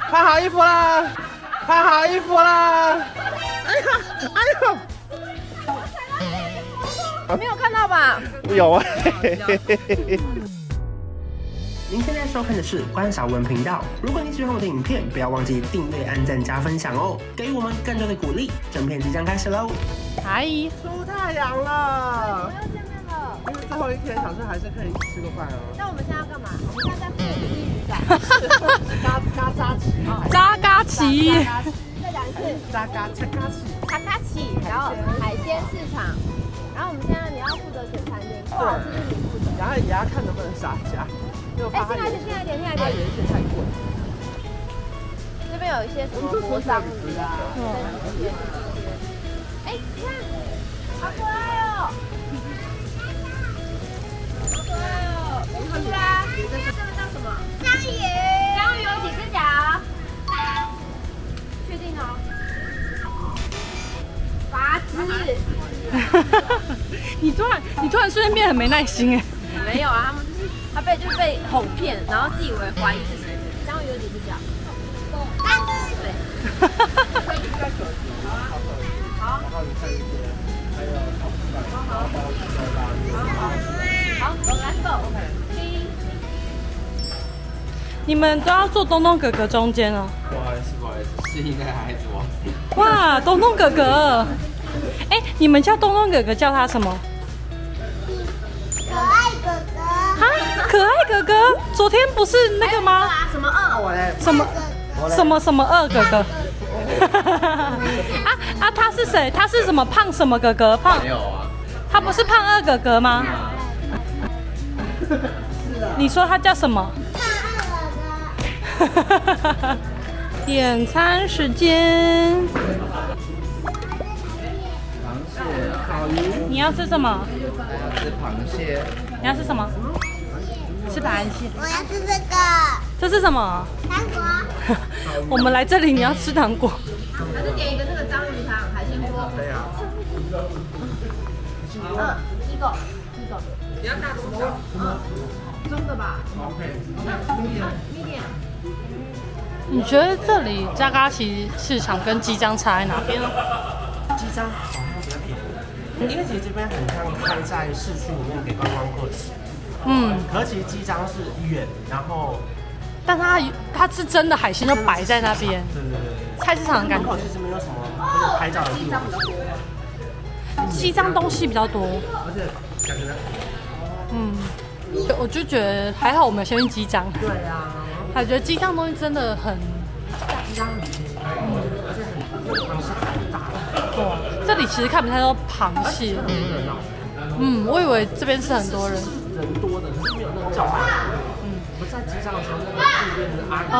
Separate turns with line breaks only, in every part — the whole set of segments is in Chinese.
换好衣服啦，换好衣服啦！
哎呀，哎呀！
没有看到吧？
有啊。
您现在收看的是关少文频道。如果你喜欢我的影片，不要忘记订阅、按赞、加分享哦，给予我们更多的鼓励。整片即将开始喽！
阿姨，
出太阳了
我，又见面了。
因为最后一天，想说还是可以吃个饭啊。
那我们现在要干嘛？我们现在在附近一渔港。 嗯
嘎嘎扎起，
扎嘎奇，
再讲一次，
嘎嘎切嘎起。
卡卡奇，然后海鲜市场。然后我们现在你要负责选餐厅，不好吃是你负责。
然后也要看能不能杀价，因为我
哎
怕，他
进来一
有
点，进来一点，进来
他
一点
有。一些太贵。
这边有一些什么波桑鱼啊，跟一些哎，你看，好可爱哦！好可爱哦！我们家这个叫什么？章鱼。章鱼有几只脚？确定哦。八只。
你突然你突然瞬间变得很没耐心哎，
没有啊，他们就是他被就是被哄骗，然后自以为怀疑自己。章鱼有几只脚？八只。对。好，我们来走。
你们都要坐东东哥哥中间哦。
不好意思，不好意思，是应该孩子王。
哇，东东哥哥，哎，你们叫东东哥哥叫他什么？可爱哥哥。哈，可爱哥哥，昨天不是那个吗？
什么二？
我嘞，
什么
我嘞
什么什么二哥 哥？啊啊，他是谁？他是什么胖什么哥哥？胖
没有啊，
他不是胖二哥哥吗？
啊
你说他叫什么？胖二哥哥。 点餐时间。
螃蟹、烤鱼，
你要吃什么？
还要吃螃蟹，
你要吃什么？吃螃蟹。
我要吃这个
这是什么？
糖果，
我们来这里，你要吃糖果。
还是点一个那个章鱼汤海鲜锅？对呀。嗯，一个一个。你要大什么？嗯，中的吧。嗯
你觉得这里加嘎奇市场跟鸡江差在哪边呢？
鸡张好像比较便宜，因为其实这边很像开在市区里面给观光客吃，
嗯，
可其实鸡张是远，然后
但它它是真的海鲜就摆在那边，
对对对
菜市场的
对，
感
门口
觉。
其实没有什么就是拍照的地方，
西藏东西比较多。
而且感觉
嗯，对我就觉得还好，我们有先去机长。
对啊，
我觉得机长东西真的很，
鸡张很便宜，而且很那个螃蟹很大，
这里其实看不太到螃蟹。
热闹，
嗯，我以为这边是很多人。
人多的，可是没有那个叫卖。嗯，不在机上的时候，那个路边的阿姨。
嗯，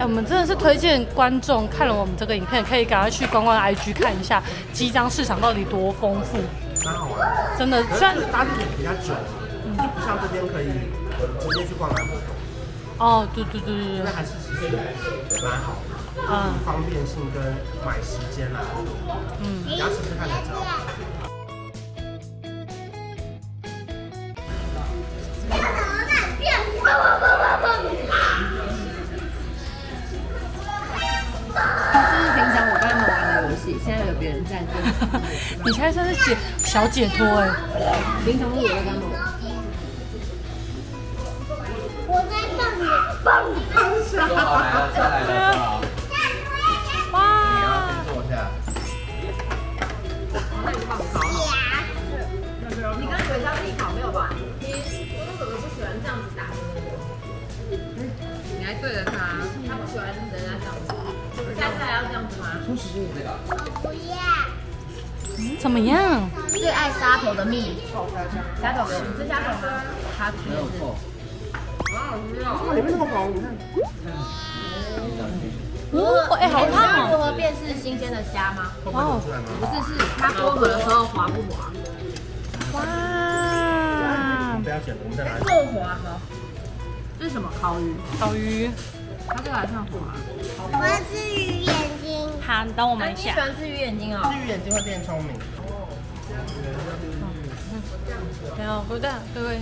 哎，我们真的是推荐观众看了我们这个影片，可以赶快去观光 IG 看一下机张市场到底多丰富。
蛮好玩的。
真的，
可
虽然
是搭地铁比较久，就不像这边可以直接去逛南湖，
哦，对对对对
因为
对，
还是其实蛮好的，
嗯
方便性跟买时间啊啦，
嗯。
你要试试看才知道。
变什么蛋？变蹦蹦蹦蹦蹦！
这是平常我跟他们玩的游戏，现在有别人在跟我，
你现在算是解小解脱哎、
平常都有在跟我玩。
我在放你蹦蹦
坐好来了，坐来了，坐好，
哇！
先坐下。
你刚刚有教自己考没有吧？你我怎么不喜欢这样子打的？你还对着他，他不喜欢人家这样子。下次还要这样子吗？
不要，
怎么样？
最爱沙头的蜜，沙头有，你是沙头吗？他没有错。
哦，哎、好
知道
烫
如
哦！
何辨识新鲜的虾吗？
哇哦，
不
嗯
是，是它剥壳的时候滑不滑？
哇，
不要卷，我们再来。
够滑吗？这是什么烤鱼？
小鱼，
它这个还算
啊
滑。
我要吃鱼眼睛。
好，你等我
那
们一
你喜
下。
欢吃鱼眼睛哦？
至于眼睛会变聪明，
没有，不对，对不对？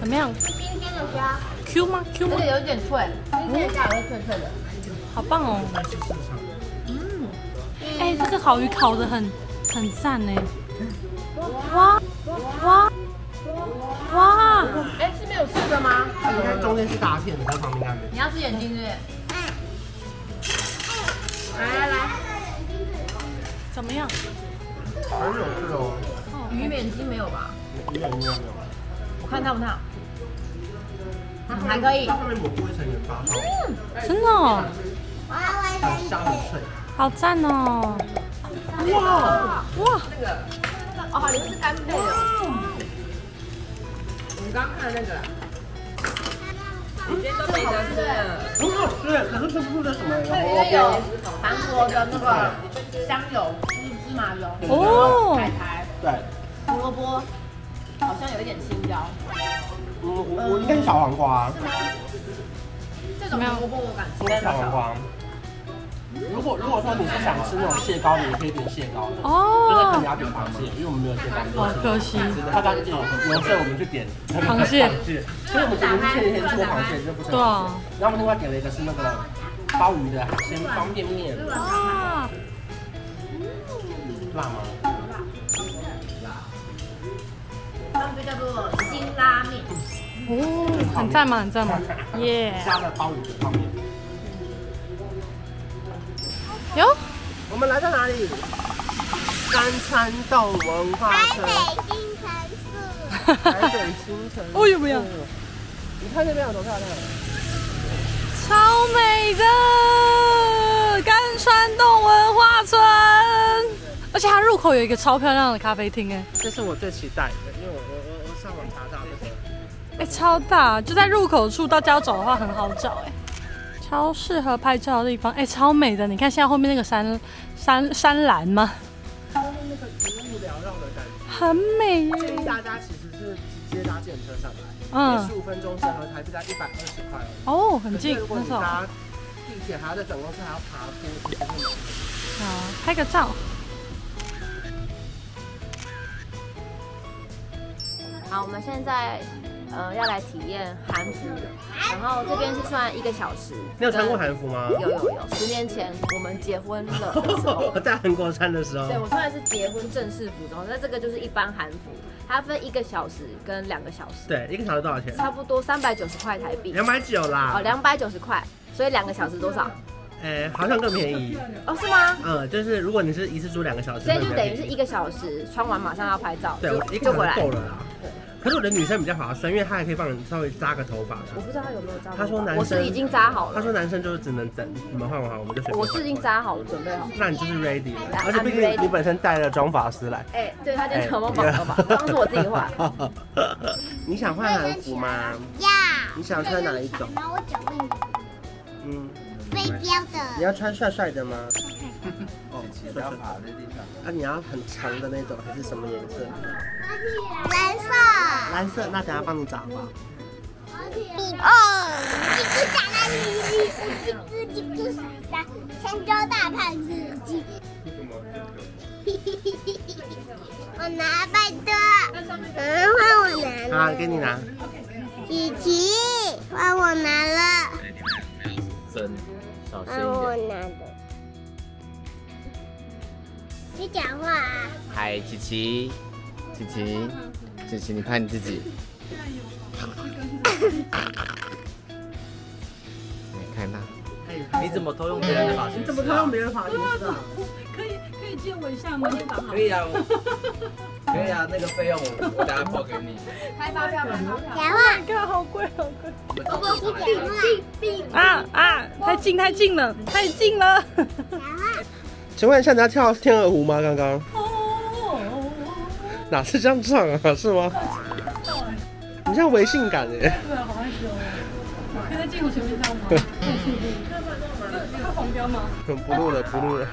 怎么样
冰冰的虾，
？Q 吗？Q
这
吗
个？有点脆，冰鲜的虾也会脆脆的。
好棒哦！嗯，哎、这个好鱼烤的很很赞呢。哇哇哇！
哎，是没有刺的吗？
它应该中间是大片的，它旁边应该没有。
你要吃眼睛对不对？来来来，
怎么样？
很有趣哦，
鱼眼睛没有吧？
有点啊妙妙。
我看烫不烫？嗯还可以
它。上面抹过一层盐巴，
真的、哦，
我要玩神
虾很脆。
好赞哦！
哇
哇，
那个哦，你们是干贝的。我们刚看的那个啦，我觉得都没得吃了。
很好吃，可是吃不出这什么
这里面有韩国的那个香油，就是芝麻油，
哦
海苔、
对，
胡萝卜，好像有一点青椒，
嗯，我我应该是小黄瓜，
这种胡萝卜我敢吃，
应该是小黄瓜。如果如果说你是想吃那种蟹膏的，你可以点蟹膏的，就是可能
哦，
要点螃蟹，因为我们没有蟹膏，
好可惜，
它刚进有时候我们就点那个
螃蟹
所以我们前面前几天吃过螃蟹就不是。
对啊，
然后我们另外点了一个是那个鲍鱼的海鲜方便面，
哇，
辣吗？
他们就叫做辛拉面。
哦，很赞嘛，很赞嘛，耶、
加了鲍鱼的泡面。
哟，
我们来到哪里？三川洞文化
台
村，
北金城市，
台北新城。
哎哦有没有？
你看那边有多漂亮？
超美的甘川洞文化村，而且它入口有一个超漂亮的咖啡厅，哎
这是我最期待的，因为我我我我上网查到这个。
哎，超大，就在入口处，大家要找的话很好找，哎，超适合拍照的地方，哎，超美的。你看现在后面那个山山山岚吗？
那个云雾缭绕的感觉，
很美
建议
耶，
大家其实是直接搭电车上来，
嗯
十，五分钟折合台币在一百二十块而已。
哦，很近
可是，如果
很
你
少啊，
搭地铁还要在转公车还要爬坡，其实会
拍个照。
好，我们现在呃要来体验韩服，然后这边是算一个小时。
你有穿过韩服吗？
有有有，十年前我们结婚了的时候
我，在韩国穿的时候
对，我穿的是结婚正式服装，那这个就是一般韩服，它分一个小时跟两个小时，
对，一个小时多少钱？
差不多三百九十块台币，
两百九
哦，
啦。
两百九十块，所以两个小时多少？
哎，好像更便宜。
哦，是吗？
嗯，就是如果你是一次住两个小时，
所以就
会比较
等于
便宜
是一个小时，穿完马上要拍照，
对，
就
我一
就
个
回
小
来
时。够了啦。可是我觉得女生比较划算，因为她还可以帮你稍微扎个头发。
我不知道他有没有扎头发，
他说男生
我是已经扎好
她
了，
说男生就是只能等你们换完好，我们就随便。
我是已经。扎好了，准备好了。
那你就是 ready 了，
I'm
而且毕竟
ready
你本身带了妆发师来。
哎、对他今天成我绑头发，当时我自己 画。
你想换韩服吗？
呀，
你想穿哪一种？
那我想问你，
嗯，
飞镖
你
的，
要穿帅帅的吗？ 哦，
不
帅
要
帅。
爬在地上。
那你要很长的那种，还是什么颜色？
蓝色，
蓝色，那等下帮你找吧。
哦，叽叽喳喳，叽叽叽叽叽叽喳，香蕉大胖子，叽。我拿拜托，嗯，换我拿了。
好，给你拿。
琪琪，换我拿了，
真，小心
换哎我。拿了。你讲话啊！
嗨，琪琪，琪琪，琪琪，你拍你自 己。你看他，你怎么偷用别人的发型？你怎么偷用别人？
可以可以借我一下吗？
可以啊，我 可以啊，那个费用我我等下报给你。
讲话，
看，好贵好贵
你讲话，
啊啊！太近太近了，太近了！
讲话。
请问一下，你要跳天鹅湖吗？刚刚
哦
哪是这样唱啊？是吗？你像微性感耶。
对啊，好害羞哦。可以在镜头前面这样吗？这个黄标吗？
不录了，不录了。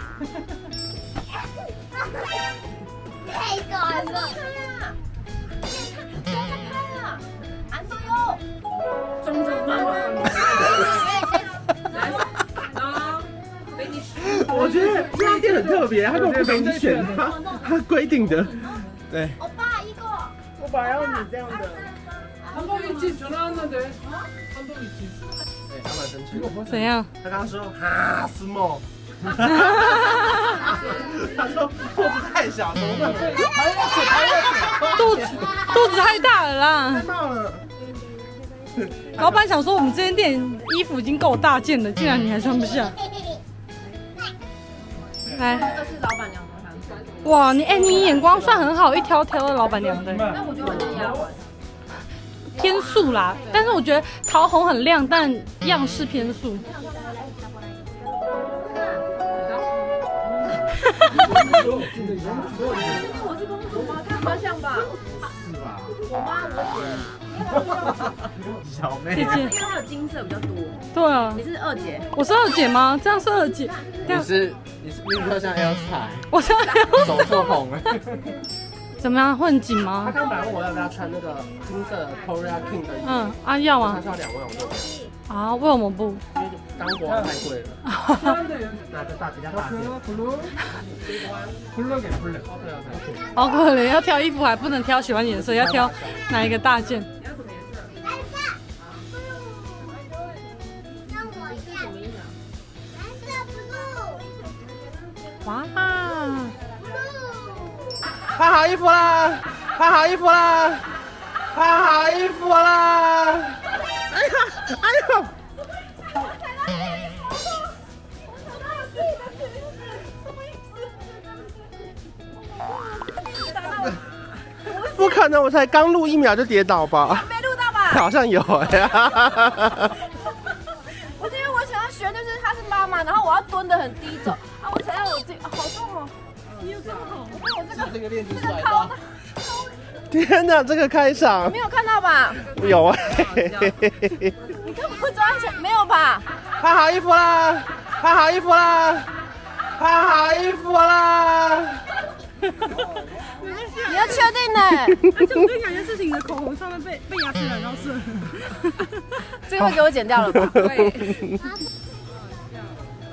太短了。
我觉得这家店很特别，他根本不给你选，他他规定的。对，
欧巴一个，
我本来要你这样的，
他终于
같이 전화하는데 한 번이 있어. 네, 아마 전체. 이거
怎样？
他刚刚说哈是 梦，他说肚子太小，怎么办？还要嘴，还要嘴，
肚子肚子太大了啦！
闹了。
老板想说我们这间店衣服已经够大件了，竟然你还穿不下。来，
这是老板娘的行情。
哇，你哎、你眼光算很好，一挑挑的老板娘的
那我觉得我就压完。
天素啦。但是我觉得桃红很亮，但样式偏素。
我是公主吗？看方向吧。
小妹
姐，姐
因为，它的金色比较多。
对啊
你，是二姐，
我是二姐吗？这样是二姐，这样
是你是你比较像 Elsa，
我这样
走错棚了。
怎么样？会很紧
他
吗？
刚本来问我要不要穿那个金色的 Korea King 的衣服，
嗯，啊要
他
吗？
说要两万，我说不
啊，为什么 不？
要，因为当国王太贵了。拿个大比较大点。
好可怜，要挑衣服还不能挑喜欢颜色，要挑哪一个大件？
那我要蓝色 blue
哇，啊
blue。
换好衣服啦！换好衣服啦！换好衣服啦！哎呀，哎呦！不可能，我才刚录一秒就跌倒吧？
没录到吧？
好像有哎、
不是因为我想要学，就是她是妈妈，然后我要蹲得很低走啊，我才让我自己、啊好痛哦。你有这么痛？我看我这个这个靠，
天哪，这个开场
没有看到吧？
有哎、
你根本不抓起来，没有吧？
换好衣服啦！换好衣服啦！换好衣服啦！
你要确定 呢？
而且我跟你讲一件事情，你的口红上面被被牙齿染到色。
这个会给我剪掉了吧？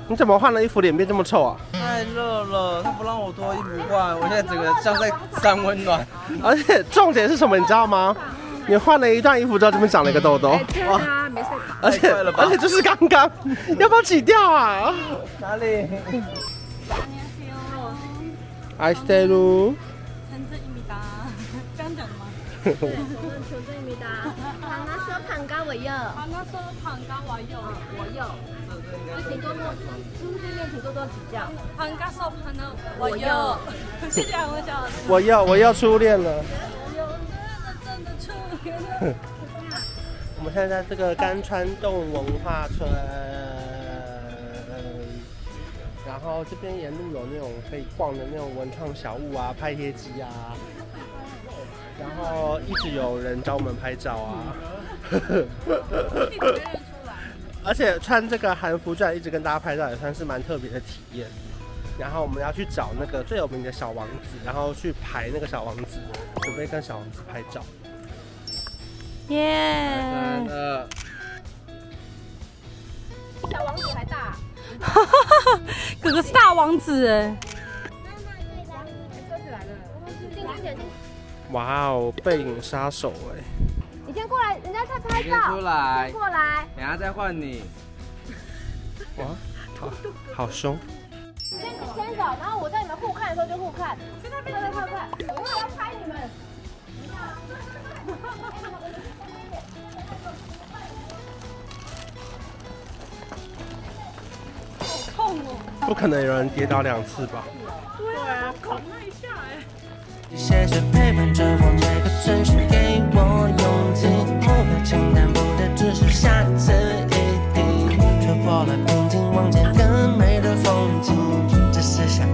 你怎么换了衣服，脸变这么臭啊？
太热了，哎他不让我脱衣服换，我现在整个像在三温暖。
而且重点是什么，你知道吗？你换了一段衣服之后，这边长了一个痘痘，
哇，
而且
太快了吧
而且就是刚刚， 要不要挤掉啊
哪里？
？I stay lu，
成这一米八，这样讲的吗？那时候胖高我有，我有。呃胖高瘦胖呢，我有。 谢谢我讲，
我又我又初恋了。
真的出。
我们现在在这个甘川洞文化村，然后这边沿路有那种可以逛的那种文创小物啊，拍贴机啊，然后一直有人找我们拍照啊，而且穿这个韩服居然一直跟大家拍照，也算是蛮特别的体验。然后我们要去找那个最有名的小王子，然后去排那个小王子，准备跟小王子拍照。
真
耶！
的。
小王子还大，
哥哥是大王子哎。
哇哦，背影杀手哎、
你先过来，人家在拍
你先出
照。
来，
过来，
等下再换你。
哇，好好凶！
先先走，然后我在你们互看的时候就互看，现在变成快快，我要拍你们。
不可能有人跌倒两次吧？
你谢谢陪伴着我每个城市，给我勇气。目标清单不对，只是下次一定突破了瓶颈，望见更美的风景。这是想